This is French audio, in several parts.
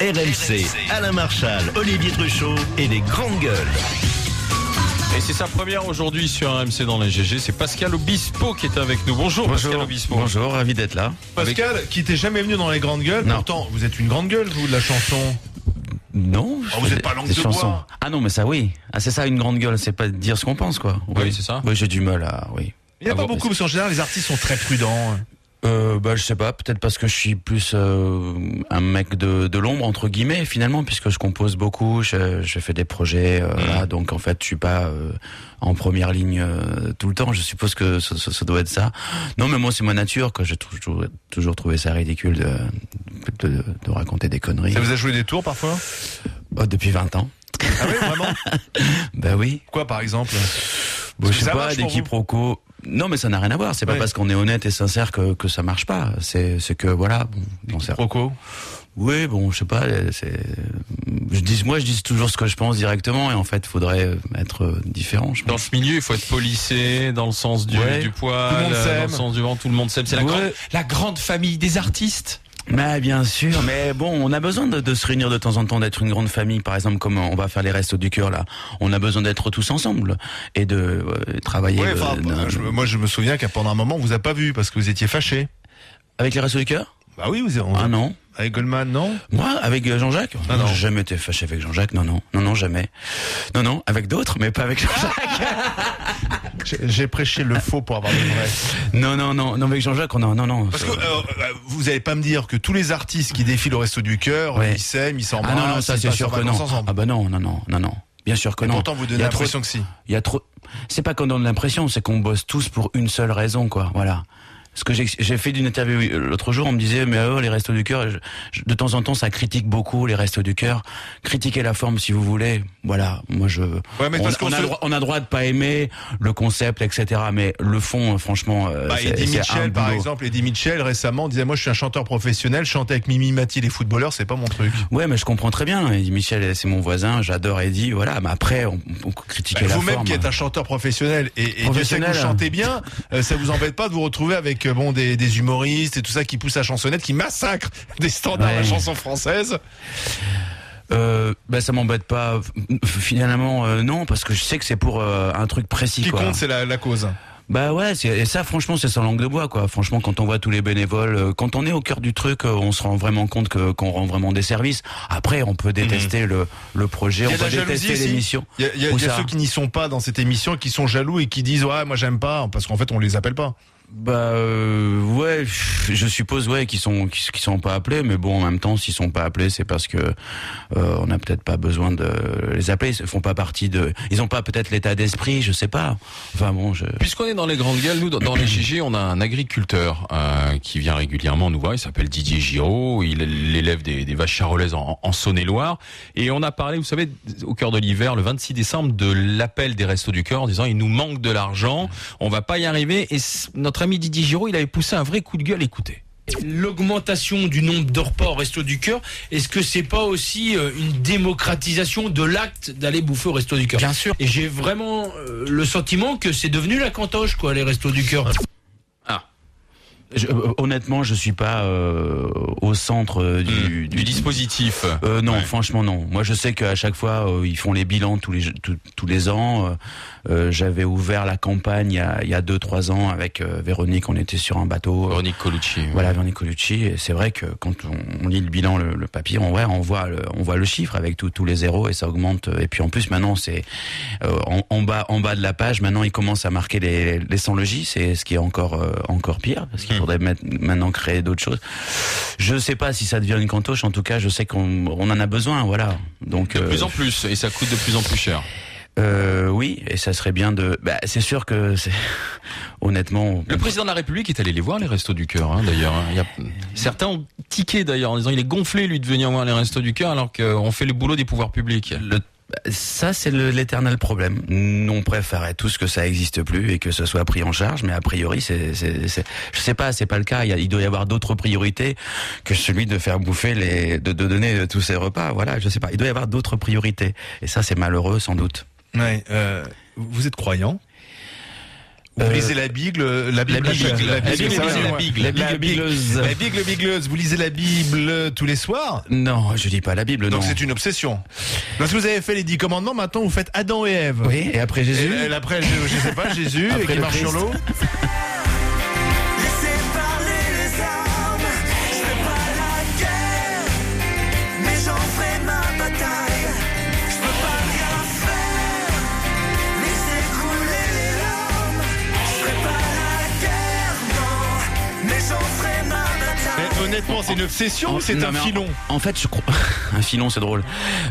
RMC, Alain Marchal, Olivier Truchot et les grandes gueules. Et c'est sa première aujourd'hui sur RMC dans les GG. C'est Pascal Obispo qui est avec nous. Bonjour, Pascal Obispo. bonjour, ravi d'être là. Pascal, qui t'est jamais venu dans les grandes gueules, Non. pourtant vous êtes une grande gueule, vous, de la chanson. Non, Ah, vous je- êtes pas langue des de chansons. bois. Ah non, mais ça oui. Ah c'est ça une grande gueule, c'est pas dire ce qu'on pense quoi. Oui, c'est ça. Oui, j'ai du mal à oui. Il n'y a Ah pas bon, beaucoup, parce qu'en général, les artistes sont très prudents. Euh, bah je sais pas, peut-être parce que je suis plus euh, un mec de, de l'ombre entre guillemets finalement puisque je compose beaucoup, je, je fais des projets Mm. euh, là, donc en fait je suis pas euh, en première ligne euh, tout le temps. Je suppose que ça, ça- ça doit être ça. Non mais moi c'est ma nature que j'ai toujours, toujours trouvé ça ridicule de, de, de raconter des conneries. Ça vous a joué des tours parfois Oh, depuis 20 ans. Ah oui, vraiment Bah oui. Quoi, par exemple Bon, Parce je que sais ça pas, marche des pour vous. quiproquos. Non, mais ça n'a rien à voir. C'est pas Ouais. parce qu'on est honnête et sincère que, que ça marche pas. C'est, c'est que, voilà, bon, on sait- Rocco Oui, bon, je sais pas, euh, c'est, je dis, moi, je dis toujours ce que je pense directement et en fait, faudrait euh, être euh, différent, je Dans pense. ce milieu, il faut être polissé, dans le sens du, Ouais. du Tout le poil, monde euh, dans s'aime. le sens du vent, tout le monde s'aime. C'est la, Ouais. grande, la grande famille des artistes. Mais bien sûr, mais bon, on a besoin de, de se réunir de temps en temps, d'être une grande famille, par exemple, comme on va faire les restos du cœur, là. On a besoin d'être tous ensemble et de euh, travailler. Ouais, euh, enfin, d'un- je- moi je me souviens qu'à pendant un moment on vous a pas vu parce que vous étiez fâché. Avec les restos du cœur? Bah oui, vous on- Ah non. avec Goldman, non Moi, avec euh, Jean-Jacques Ah non. J'ai jamais été fâché avec Jean-Jacques, non, non, non, non, jamais. Non, non, avec d'autres, mais pas avec Ah Jean-Jacques. J'ai j'ai prêché le faux pour avoir le vrai. non, non, non, non, avec Jean-Jacques, non, non, non. Parce ça- que euh, euh, vous allez pas me dire que tous les artistes qui défilent au resto du cœur, Ouais. ils s'aiment, ils ah s'embrassent, non, non, ça ils c'est passent sûr leurs que non. vacances ensemble. Ah bah non, non, non, non, non. Bien sûr que Et non. pourtant vous Il donnez y a trop- l'impression que si. Il y a trop. C'est pas qu'on donne l'impression, c'est qu'on bosse tous pour une seule raison, quoi. Voilà. Ce que j'ai j'ai fait d'une interview euh, l'autre jour, on me disait mais oh, les restos du cœur, je- je- de temps en temps ça critique beaucoup les restos du cœur. Critiquez la forme si vous voulez. Voilà, moi je. mais on, parce qu'on on a se- droit, on a droit de pas aimer le concept, etc. Mais le fond, euh, franchement, euh, Bah, c'est- Eddie c'est un Mitchell, par boulot. exemple, Eddie Mitchell récemment disait Moi, je suis un chanteur professionnel, chanter avec Mimi Mati, les footballeurs, c'est pas mon truc. Ouais, mais je comprends très bien. Eddie Michel, c'est mon voisin. J'adore Eddie. Voilà. Mais après, on, on critiquait Bah, la forme. Vous-même qui êtes un chanteur professionnel et, et Dieu sait que Professionnel, vous hein. chantez bien, euh, ça vous embête pas de vous retrouver avec euh, bon des, des humoristes et tout ça qui poussent la chansonnette, qui massacrent des standards de la Ouais. chanson française. Euh, bah, ça m'embête pas. F- Finalement, euh, non, parce que je sais que c'est pour euh, un truc précis. Qui quoi. compte, c'est la, la cause. Bah ouais, c'est- et ça, franchement, c'est sans langue de bois, quoi. Franchement, quand on voit tous les bénévoles, euh, quand on est au cœur du truc, euh, on se rend vraiment compte que qu'on rend vraiment des services. Après, on peut détester le, le projet, Mhm. Il y on a de la peut jalousie détester ici l'émission. Il y a, il y a- Où il y a ça ceux qui n'y sont pas dans cette émission, qui sont jaloux et qui disent ouais moi j'aime pas parce qu'en fait on les appelle pas. Bah euh, ouais, je suppose ouais qu'ils sont qu'ils qu'ils sont pas appelés, mais bon en même temps s'ils sont pas appelés c'est parce que euh, on n'a peut-être pas besoin de les appeler, ils font pas partie de, ils ont pas peut-être l'état d'esprit, je sais pas. Enfin bon je. Puisqu'on est dans les grandes gueules, nous, dans- dans les GG, on a un agriculteur euh, qui vient régulièrement nous voir. Il s'appelle Didier Giraud. Il est l'élève des, des vaches charolaises en, en Saône-et-Loire. Et on a parlé, vous savez, au cœur de l'hiver, le 26 décembre, de l'appel des Restos du Cœur en disant il nous manque de l'argent, on va pas y arriver. Et c- notre ami Didier Giraud, il avait poussé un vrai coup de gueule. Écoutez. L'augmentation du nombre de repas au resto du cœur, est-ce que c'est pas aussi euh, une démocratisation de l'acte d'aller bouffer au resto du cœur Bien sûr. Et j'ai vraiment euh, le sentiment que c'est devenu la cantoche, quoi, les restos du cœur. Je- euh, honnêtement je suis pas euh, au centre euh, du, Mmh. du dispositif. Euh, non, Ouais. franchement non. Moi, je sais qu'à chaque fois, euh, ils font les bilans tous les tous, tous les ans. Euh, euh, J'avais ouvert la campagne il y a, il y a deux trois ans avec euh, Véronique. On était sur un bateau. euh, Véronique Colucci. voilà Véronique Colucci. Et c'est vrai que quand on, on lit le bilan, le, le papier, on, ouais, on voit le, on voit le chiffre avec tous tous les zéros et ça augmente. euh, Et puis en plus maintenant c'est euh, en, en bas en bas de la page. Maintenant ils commencent à marquer les les sans logis. C'est ce qui est encore euh, encore pire parce qu'il Mm. faudrait mettre- maintenant créer d'autres choses. Je sais pas si ça devient une cantoche. En tout cas, je sais qu'on on en a besoin. Voilà. Donc De plus euh, en plus, et ça coûte de plus en plus cher. euh, oui, et ça serait bien de. Bah, c'est sûr que c'est honnêtement. Le président de la République est allé les voir, les restos du cœur, hein, d'ailleurs. hein. Il y a- Certains ont tiqué, d'ailleurs, en disant il est gonflé, lui, de venir voir les restos du cœur, alors qu'on fait le boulot des pouvoirs publics. Le- ça, c'est le- l'éternel problème. Nous, on préférait tous que ça existe plus et que ce soit pris en charge, mais a priori, c'est, c'est, c'est- je sais pas, c'est pas le cas. Il, y a- il doit y avoir d'autres priorités que celui de faire bouffer les, de, de donner euh, tous ces repas. Voilà, je sais pas. Il doit y avoir d'autres priorités. Et ça, c'est malheureux, sans doute. Ouais, euh, vous êtes croyant Vous Euh, lisez la Bible, la Bible, La Bible. la La Bible, Bible, ça va, la la Bible, Bible, la Bigleuse. la Bible, bigleuse. Vous lisez la Bible tous les soirs. Non, je lis pas la Bible, non. Donc c'est une obsession. Parce que vous avez fait les dix commandements, maintenant vous faites Adam et Ève. Oui, et après Et, Jésus. elle, après, je, je sais pas, Jésus Après et qui le marche sur Christ. l'eau. Laissez parler les armes, je fais pas la guerre, mais j'en ferai ma bataille. Je peux pas rien faire, laissez couler les larmes, je ferai pas la guerre, non, mais j'en ferai ma bataille. Mais honnêtement, c'est une obsession En- ou c'est non, un mais en- filon En, fait, je crois. un filon, c'est drôle.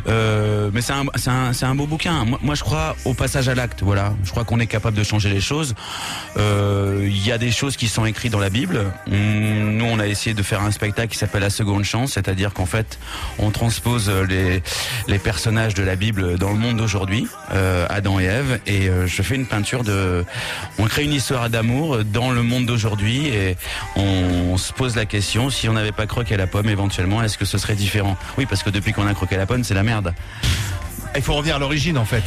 Euh, mais c'est un, c'est un, c'est un beau bouquin. Moi, moi, je crois au passage à l'acte. Voilà. Je crois qu'on est capable de changer les choses. Euh, Il y a des choses qui sont écrites dans la Bible. On- nous, on a essayé de faire un spectacle qui s'appelle La Seconde Chance, c'est-à-dire qu'en fait, on transpose euh, les, les personnages de la Bible dans le monde d'aujourd'hui, euh, Adam et Ève, et euh, je fais une peinture de. On crée une histoire d'amour dans le monde d'aujourd'hui et on se pose la question si on n'avait pas croqué à la pomme, éventuellement, est-ce que ce serait différent Oui, parce que depuis qu'on a croqué à la pomme, c'est la merde. Il faut revenir à l'origine en fait.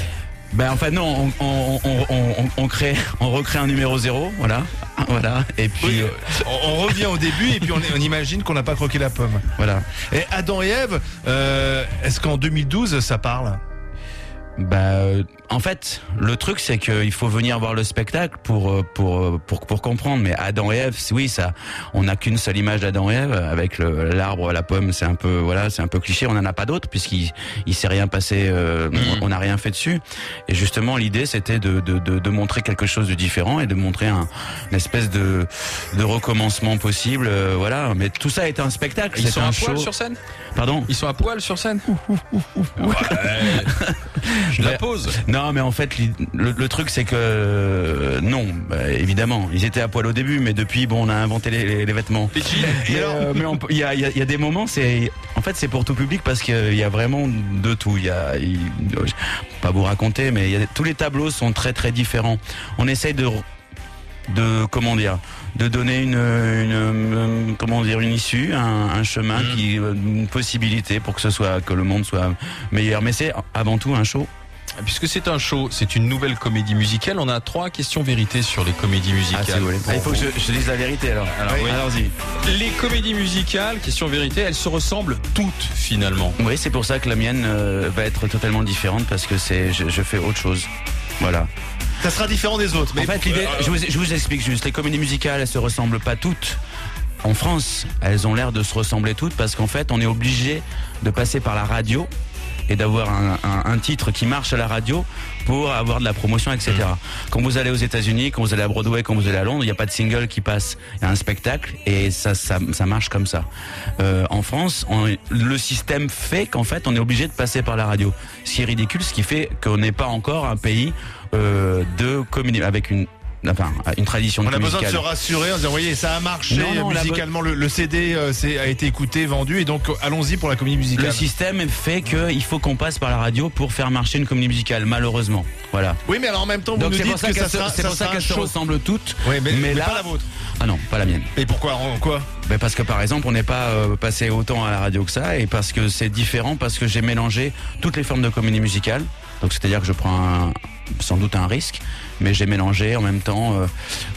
Ben enfin non, on, on, on, on, on- on crée, on recrée un numéro zéro, voilà, voilà, et puis Oui, euh, on, on revient au début et puis on, est- on imagine qu'on n'a pas croqué la pomme. voilà. Et Adam et Ève, euh, est-ce qu'en 2012 ça parle Bah, euh, en fait, le truc c'est qu'il faut venir voir le spectacle pour euh, pour euh, pour pour comprendre. Mais Adam et Ève, c'est- oui, ça, on n'a qu'une seule image d'Adam et Ève avec le- l'arbre, la pomme, c'est un peu voilà, c'est un peu cliché. On n'en a pas d'autres puisqu'il il s'est rien passé, euh, Mmh. on on n'a rien fait dessus. Et justement, l'idée c'était de, de de de montrer quelque chose de différent et de montrer un, une espèce de de recommencement possible, euh, voilà. Mais tout ça est un spectacle, Ils c'est sont un à show. poil sur scène Pardon. Ils sont à poil sur scène Ah Je la pose Non, mais en fait, l'i- le, le truc, c'est que euh, non, bah, évidemment, ils étaient à poil au début, mais depuis, bon, on a inventé les, les- les vêtements. Les jeans. Mais, euh, mais on peut- il y a, il y a- il y a des moments, c'est en fait, c'est pour tout public parce qu'il y a vraiment de tout. Il y a, il- je- pas vous raconter, mais il y a- tous les tableaux sont très très différents. On essaye de de comment dire de donner une, une, euh, comment dire une issue un, un chemin Mm. qui euh, une possibilité pour que ce soit que le monde soit meilleur mais c'est avant tout un show Puisque c'est un show, c'est une nouvelle comédie musicale, on a trois questions vérités sur les comédies musicales. Ah, il faut que je, je dise la vérité alors. Alors, oui. Allons-y. Les comédies musicales, question vérité, elles se ressemblent toutes finalement. Oui, c'est pour ça que la mienne euh, va être totalement différente parce que c'est je, je fais autre chose. Voilà. Ça sera différent des autres. en fait, l'idée, je, vous, je vous explique juste. Les comédies musicales, elles se ressemblent pas toutes. En France, elles ont l'air de se ressembler toutes parce qu'en fait, on est obligé de passer par la radio et d'avoir un, un- un titre qui marche à la radio pour avoir de la promotion, etc. Quand vous allez aux États-Unis, quand vous allez à Broadway, quand vous allez à Londres, il n'y a pas de single qui passe. Il y a un spectacle et ça, ça, ça marche comme ça. Euh, en France, on- le système fait qu'en fait, on est obligé de passer par la radio. Ce qui est ridicule, ce qui fait qu'on n'est pas encore un pays euh, de communi- avec une, enfin, une tradition On a besoin de musicale. se rassurer en disant, voyez, ça a marché Non, non, on a musicalement, le, le CD euh, c'est- a été écouté, vendu, et donc euh, allons-y pour la comédie musicale. Le système fait qu'il faut qu'on passe par la radio pour faire marcher une comédie musicale, malheureusement. Voilà. Oui, mais alors en même temps, vous Donc nous c'est dites pour ça que qu'elles ça se, sera, c'est ça pour ça sera un qu'elles se show. ressemblent toutes. Oui, mais, mais là, pas la vôtre. ah non, pas la mienne. Et pourquoi En quoi Ben parce que par exemple, on n'est pas euh, passé autant à la radio que ça, et parce que c'est différent, parce que j'ai mélangé toutes les formes de comédie musicale. Donc c'est-à-dire que je prends un- sans doute un risque, mais j'ai mélangé en même temps euh,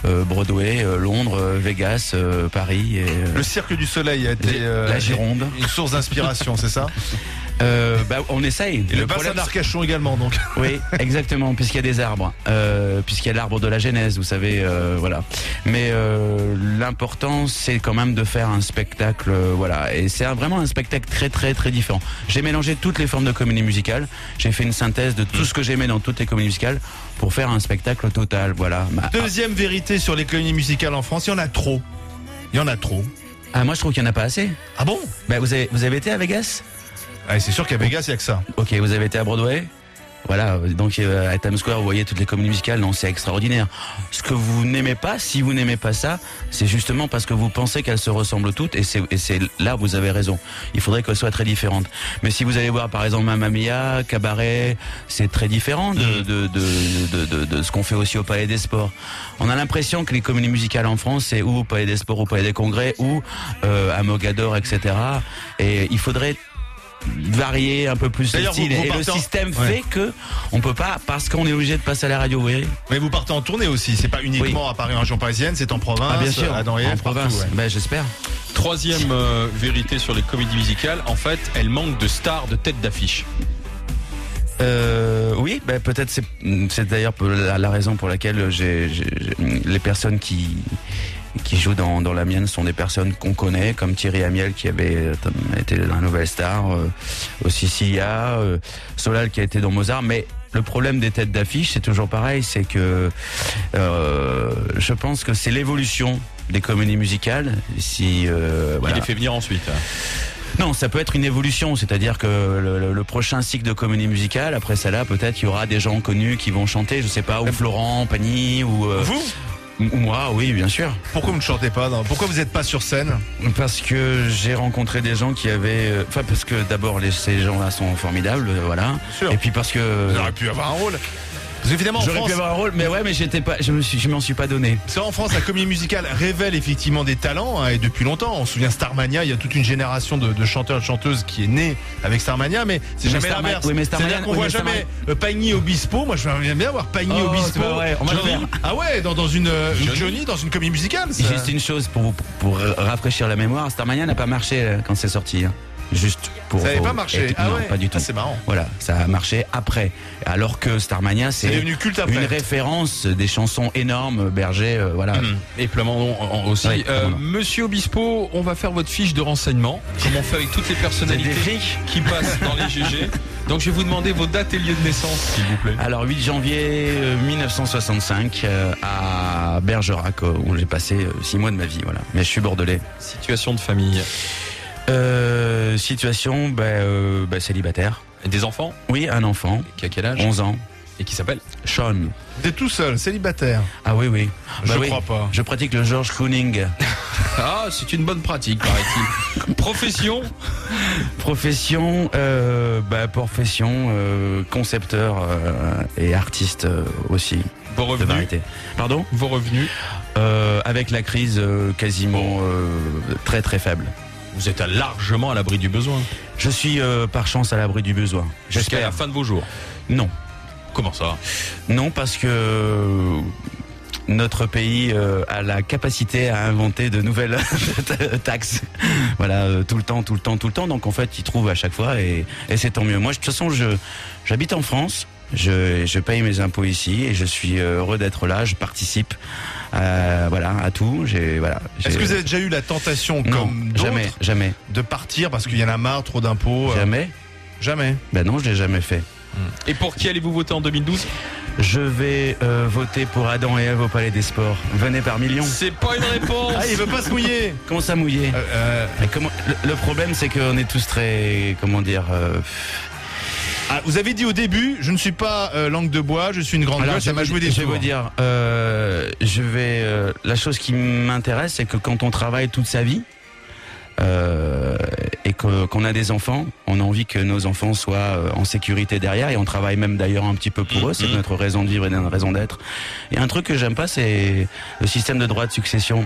euh, Broadway, euh, Londres, euh, Vegas, euh, Paris et euh, Le cirque du soleil a été euh, la Gironde. une source d'inspiration, c'est ça Euh, ben, on essaye. Et le, bassin problème, d'Arcachon également, donc. Oui, exactement, puisqu'il y a des arbres, euh, puisqu'il y a l'arbre de la Genèse, vous savez, euh, voilà. Mais euh, l'important, c'est quand même de faire un spectacle, euh, voilà. Et c'est un- vraiment un spectacle très, très, très différent. J'ai mélangé toutes les formes de comédie musicale. J'ai fait une synthèse de tout ce que j'aimais dans toutes les comédies musicales pour faire un spectacle total, voilà. Bah, ah, Ma- Deuxième vérité sur les comédies musicales en France, il y en a trop. Il y en a trop. Ah, moi, je trouve qu'il n'y en a pas assez. Ah bon Bah, vous avez, vous avez été à Vegas Ah, C'est sûr qu'à Vegas, il y a que ça. Ok, vous avez été à Broadway voilà, euh, donc euh, à Times Square, vous voyez toutes les communes musicales, non, c'est extraordinaire. Ce que vous n'aimez pas, si vous n'aimez pas ça, c'est justement parce que vous pensez qu'elles se ressemblent toutes, et c'est et c'est là vous avez raison. Il faudrait qu'elles soient très différentes. Mais si vous allez voir, par exemple, Mamma Mia, Cabaret, c'est très différent de, de, de, de, de- de ce qu'on fait aussi au Palais des Sports. On a l'impression que les communes musicales en France, c'est ou au Palais des Sports, au Palais des Congrès, ou euh, à Mogador, etc. Et il faudrait varier un peu plus le D'ailleurs, vous- style. vous et le partez en- système Ouais. fait que on peut pas, parce qu'on est obligé de passer à la radio, vous voyez Mais vous partez en tournée aussi, c'est pas uniquement à Paris en région parisienne, c'est en province, Ah, bien sûr, à Dans les en Yvelines, partout, province. ouais. Ben, j'espère. Troisième euh, vérité sur les comédies musicales, en fait, elles manquent de stars de tête d'affiche. Euh, oui, ben, peut-être c'est, c'est d'ailleurs peu- la, la raison pour laquelle j'ai, j'ai- j'ai- les personnes qui qui jouent dans, dans la mienne sont des personnes qu'on connaît, comme Thierry Amiel qui avait euh, été la nouvelle star, euh, aussi Sia, euh, Solal qui a été dans Mozart, mais le problème des têtes d'affiche, c'est toujours pareil, c'est que euh, je pense que c'est l'évolution des comédies musicales. Si euh, voilà. Il les fait venir ensuite. hein. Non, ça peut être une évolution, c'est-à-dire que le, le- le prochain cycle de comédie musicale, après ça là, peut-être il y aura des gens connus qui vont chanter, je sais pas, ou Florent, Pagny, ou, euh, Vous, ou moi, oui, bien sûr. pourquoi vous ne chantez pas dans- Pourquoi vous n'êtes pas sur scène Parce que j'ai rencontré des gens qui avaient, euh, enfin parce que d'abord les- ces gens-là sont formidables, euh, voilà, sûr. et puis parce que Vous auriez pu avoir un rôle. Parce que finalement, en j'aurais France, pu avoir un rôle, mais ouais, mais j'étais pas, je me suis, je m'en suis pas donné. C'est vrai, en France, la comédie musicale révèle effectivement des talents, hein, et depuis longtemps. On se souvient Starmania, il y a toute une génération de, de chanteurs et de chanteuses qui est née avec Starmania, mais c'est Mais jamais Starman- l'inverse. oui, mais Starmania- C'est-à-dire qu'on oui, voit mais jamais euh, Pagny Obispo. Moi, je veux bien voir Pagny Oh, Obispo. c'est pas vrai, on va le Johnny. faire. Ah ouais, dans, dans une euh, Johnny. Johnny. dans une comédie musicale. ça. Juste une chose pour vous- pour rafraîchir la mémoire, Starmania n'a pas marché euh, quand c'est sorti. hein. Juste pour. Ça n'avait pas pour- marché. et- ah non, ouais, pas du tout. Ah, c'est marrant. Voilà, ça a marché après. Alors que Starmania, C'est c'est devenu culte une après. référence des chansons énormes, Berger, euh, voilà. Hmm. Et Plamondon en- en- aussi. Ouais, Euh, Plamondon. Monsieur Obispo, on va faire votre fiche de renseignement, comme on fait avec toutes les personnalités qui passent dans les GG. Donc je vais vous demander vos dates et lieux de naissance, s'il vous plaît. Alors 8 janvier euh, 1965 euh, à Bergerac euh, où j'ai passé 6 mois de ma vie, voilà. Mais je suis bordelais. Situation de famille. Euh, situation, bah, euh, bah, célibataire. Des enfants Oui, un enfant, Qui a quel âge 11 ans, Et qui s'appelle Sean. T'es tout seul, célibataire. Ah oui, oui. Je Bah oui. crois pas. Je pratique le George Cooning. Ah, c'est une bonne pratique, paraît-il. Profession Profession, euh, bah, profession, euh, concepteur euh, et artiste euh, aussi. Vos de revenus variété. Pardon Vos revenus Euh, Avec la crise euh, quasiment euh, très très faible. Vous êtes largement à l'abri du besoin. Je suis euh, par chance à l'abri du besoin. Jusqu'à la J'espère. fin de vos jours. Non, Comment ça non parce que euh, notre pays euh, a la capacité à inventer de nouvelles taxes. Voilà, euh, tout le temps, tout le temps, tout le temps. Donc en fait, ils trouvent à chaque fois et, et c'est tant mieux. Moi, je- de toute façon, je j'habite en France. Je, je paye mes impôts ici et je suis euh, heureux d'être là. Je participe, à, voilà, à tout. J'ai voilà. Est-ce j'ai- que vous avez déjà eu la tentation, Non, comme d'autres, jamais, jamais, de partir parce qu'il y en a marre, trop d'impôts euh, jamais. Jamais. Ben non, je l'ai jamais fait. Et pour qui allez-vous voter en 2012 Je vais euh, voter pour Adam et Ève au Palais des Sports. Venez par millions. C'est pas une réponse Ah, il veut pas se mouiller. Comment ça mouiller Euh, euh, Et comment- le, le problème, c'est qu'on est tous très, comment dire. euh, Ah, vous avez dit au début, je ne suis pas euh, langue de bois, je suis une grande gueule, je ça m'a vais- joué des Je vais tours. vous dire, euh, je vais. euh, la chose qui m'intéresse, c'est que quand on travaille toute sa vie. euh, et que- qu'on a des enfants, on a envie que nos enfants soient euh, en sécurité derrière, et on travaille même d'ailleurs un petit peu pour eux, Mm-hmm. c'est notre raison de vivre et notre raison d'être. Et un truc que j'aime pas, c'est le système de droit de succession.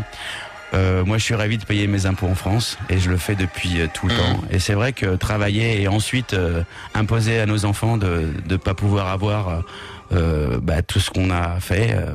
Euh, moi, je suis ravi de payer mes impôts en France et je le fais depuis euh, Mmh. tout le temps. Et c'est vrai que travailler et ensuite euh, imposer à nos enfants de ne pas pouvoir avoir euh, euh, bah, tout ce qu'on a fait euh,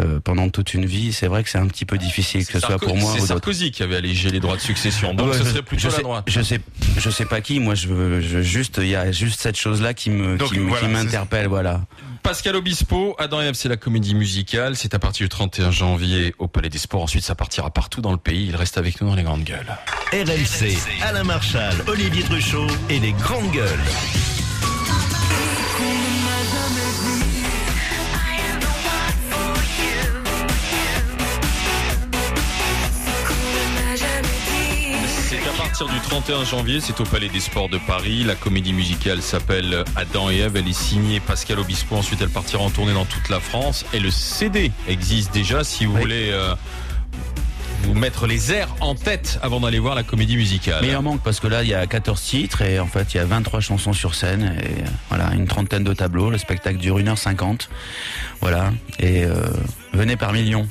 euh, pendant toute une vie, c'est vrai que c'est un petit peu difficile, que ce soit pour moi C'est ou d'autres. Sarkozy qui avait allégé les droits de succession. Donc Ah Ouais, ce je- serait plutôt je la sais, droite. Je sais, je sais pas qui. Moi, je, veux- je juste, il y a juste cette chose-là qui me, Donc, qui, me- qui voilà, c'est- m'interpelle, voilà. Pascal Obispo, Adam et Ève, c'est la comédie musicale. C'est à partir du 31 janvier au Palais des Sports. Ensuite, ça partira partout dans le pays. Il reste avec nous dans les grandes gueules. RMC, Alain Marchal, Olivier Truchot et les grandes gueules. C'est à partir du 31 janvier, c'est au Palais des Sports de Paris. La comédie musicale s'appelle Adam et Ève. Elle est signée Pascal Obispo. Ensuite, elle partira en tournée dans toute la France. Et le CD existe déjà si vous Oui. voulez euh, vous mettre les airs en tête avant d'aller voir la comédie musicale. Mais il en manque parce que là, il y a 14 titres et en fait, il y a 23 chansons sur scène et euh, voilà, une trentaine de tableaux. Le spectacle dure 1h50. Voilà. Et euh, venez par millions.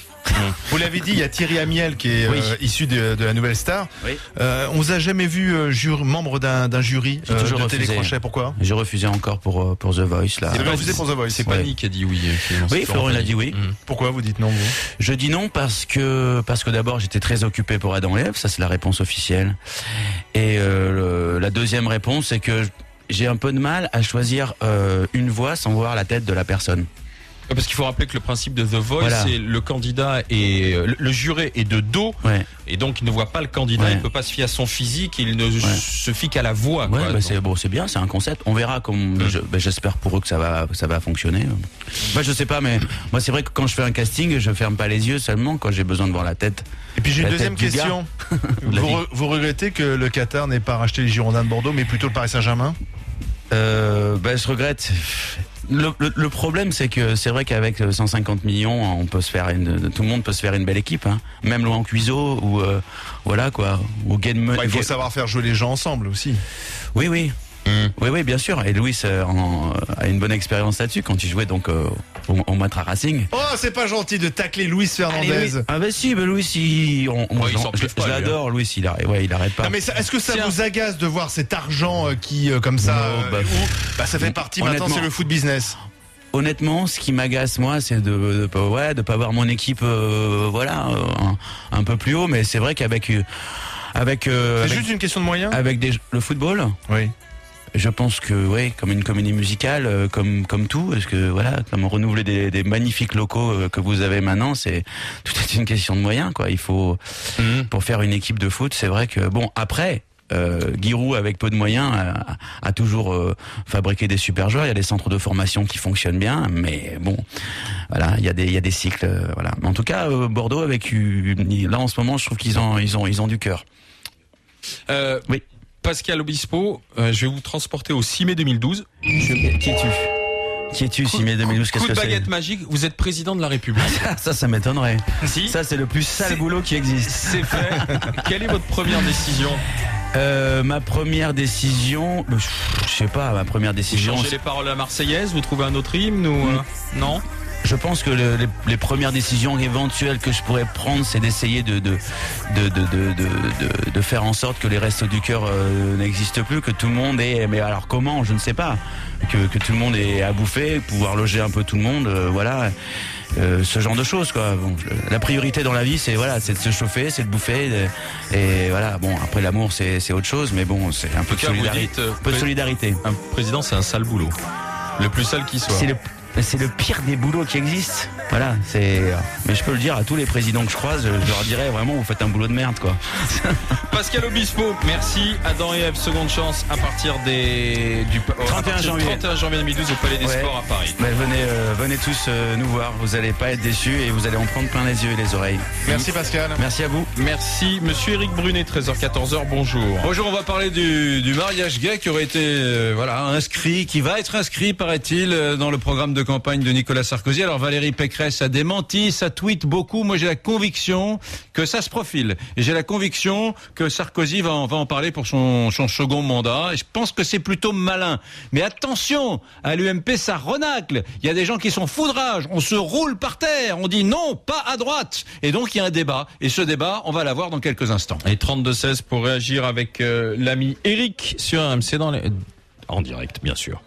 Vous l'avez dit, il y a Thierry Amiel qui est Oui. euh, issu de, de la Nouvelle Star. Oui. Euh, on vous a jamais vu euh, jure- membre d'un d'un jury euh, J'ai toujours de refusé. télécrochet. Pourquoi J'ai refusé encore pour, euh, pour The Voice, là. Vous avez refusé pour The Voice. C'est Ouais. Pani qui a dit oui. euh, finalement, Oui, c'est Florent l'a dit oui. Pagny. Mm. Pourquoi vous dites non vous Je dis non parce que parce que d'abord j'étais très occupé pour Adam et Ève, ça c'est la réponse officielle. Et euh, le- la deuxième réponse c'est que j'ai un peu de mal à choisir euh, une voix sans voir la tête de la personne. Ouais, Parce qu'il faut rappeler que le principe de The Voice, Voilà. c'est le candidat et euh, le, le juré est de dos Ouais. et donc il ne voit pas le candidat, Ouais. il ne peut pas se fier à son physique, il ne se fie qu'à la voix. Ouais, quoi. bah, Donc, c'est bon, c'est bien, c'est un concept. On verra comme je- bah, j'espère pour eux que ça va que ça va fonctionner. Moi je sais pas mais moi c'est vrai que quand je fais un casting, je ferme pas les yeux seulement quand j'ai besoin de voir la tête. Et puis j'ai une La deuxième tête du question. La vous, vie. re- vous regrettez que le Qatar n'ait pas racheté les Girondins de Bordeaux, mais plutôt le Paris Saint-Germain Euh, bah, je regrette. Le, le- le problème, c'est que c'est vrai qu'avec 150 millions, on peut se faire une, tout le monde peut se faire une belle équipe, hein. même Laurent Cuiseau ou euh, voilà quoi, ou Game. Bah, Il faut savoir faire jouer les gens ensemble aussi. Oui, oui. Oui, oui, bien sûr. Et Louis euh, en- a une bonne expérience là-dessus quand il jouait donc euh, au, au Matra Racing. Oh, c'est pas gentil de tacler Luis Allez, Fernandez. Louis. Ah bah si, bah Louis, il, on, on- Ouais, il je- s'en je, prive pas, je lui, hein. l'adore, Louis, il, arrête- ouais, il arrête pas. Non, Ah, mais ça- est-ce que ça Tiens. vous agace de voir cet argent euh, qui, euh, comme ça, Non, euh, bah, où- bah, ça fait partie maintenant, honnêtement. c'est le foot business. Honnêtement, ce qui m'agace moi, c'est de, de pas- ouais de pas voir mon équipe euh, voilà euh, un, un peu plus haut. Mais c'est vrai qu'avec euh, avec euh, C'est avec, juste une question de moyens avec des, le football, Oui. je pense que ouais comme une comédie musicale, euh, comme comme tout, parce que voilà comme renouveler des, des magnifiques locaux euh, que vous avez maintenant, c'est tout est une question de moyens quoi. Il faut pour faire une équipe de foot, c'est vrai que bon après. Euh, Giroud avec peu de moyens a, a toujours euh, fabriqué des super joueurs. Il y a des centres de formation qui fonctionnent bien, mais bon, voilà, il y a des il y a des cycles, euh, voilà. Mais en tout cas, euh, Bordeaux avec une- là en ce moment, je trouve qu'ils ont ils ont ils ont du cœur. euh, Oui. Pascal Obispo, euh, je vais vous transporter au 6 mai 2012. Je- Qui es-tu Qui es-tu 6 mai 2012 Qu'est-ce Coup de que c'est baguette magique, vous êtes président de la République. Ah, Ça, ça m'étonnerait. si, Ça, c'est le plus C'est- sale boulot qui existe. c'est fait. Quelle est votre première décision Euh, ma première décision, euh, je sais pas, ma première Vous décision. changez les paroles à la Marseillaise, vous trouvez un autre hymne ou Mm. euh, non Je pense que le- les, les premières décisions éventuelles que je pourrais prendre, c'est d'essayer de de, de, de, de, de- de- de faire en sorte que les restos du cœur euh, n'existent plus, que tout le monde ait. Mais alors comment Je ne sais pas. Que, que tout le monde ait à bouffer, pouvoir loger un peu tout le monde, euh, voilà. Euh, ce genre de choses quoi. Bon, je- la priorité dans la vie c'est voilà, c'est de se chauffer, c'est de bouffer de- et voilà. Bon après l'amour c'est c'est autre chose, mais bon c'est un peu de cas, vous solidarité. dites, euh, un peu de pré- solidarité. Un président, c'est un sale boulot. Le plus sale qui soit. C'est le c'est le pire des boulots qui existent. Voilà, c'est. Mais je peux le dire à tous les présidents que je croise, je leur dirais vraiment vous faites un boulot de merde quoi. Pascal Obispo, merci. Adam et Ève, seconde chance à partir des du pa- à 31 partir du janvier. 31 janvier 2012 au Palais des Ouais. Sports à Paris. Mais venez euh, venez tous euh, nous voir, vous allez pas être déçus et vous allez en prendre plein les yeux et les oreilles. Merci Pascal. Merci à vous. Merci, monsieur Éric Brunet, 13h14h, bonjour. Bonjour, on va parler du, du mariage gay qui aurait été euh, voilà inscrit, qui va être inscrit, paraît-il, euh, dans le programme de campagne de Nicolas Sarkozy. Alors Valérie Pécresse a démenti, ça tweet beaucoup. Moi, j'ai la conviction que ça se profile. Et j'ai la conviction que Sarkozy va en, va en parler pour son, son second mandat. Et je pense que c'est plutôt malin. Mais attention, à l'UMP, ça renacle. Il y a des gens qui sont foudrage. On se roule par terre. On dit non, pas à droite. Et donc, il y a un débat. Et ce débat, on va l'avoir dans quelques instants. Et 32-16 pour réagir avec euh, l'ami Eric sur AMC dans les... en direct, bien sûr.